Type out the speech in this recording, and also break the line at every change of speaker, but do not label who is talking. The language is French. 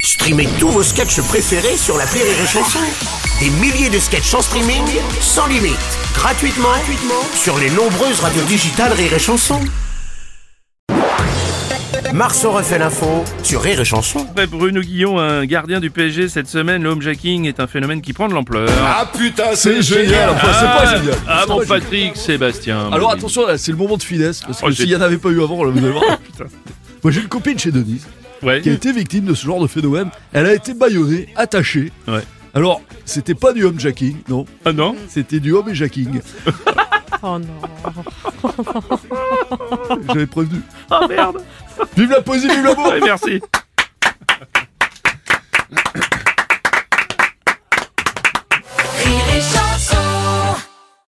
Streamez tous vos sketchs préférés sur la Rire et Chanson. Des milliers de sketchs en streaming, sans limite, gratuitement, gratuitement sur les nombreuses radios digitales Rire et Chanson. Marceau refait l'info sur Rire et Chanson.
Après Bruno Guillon, un gardien du PSG cette semaine, le homejacking est un phénomène qui prend de l'ampleur.
Ah putain, c'est génial. Enfin, c'est pas génial.
Ah
C'est
mon
pas génial.
Patrick Sébastien.
Alors
mon
attention, là, c'est le moment de finesse parce que
Oh, j'ai-
s'il n'y en avait pas eu avant, là, vous allez voir. Moi, j'ai une copine chez Denise
ami. Ouais.
qui a été victime de ce genre de phénomène. Elle a été bâillonnée, attachée.
Ouais.
Alors, c'était pas du homejacking, non,
Ah non
c'était du homejacking.
Oh non.
J'avais prévenu.
Ah merde
Vive la poésie, vive l'amour
Ouais, Merci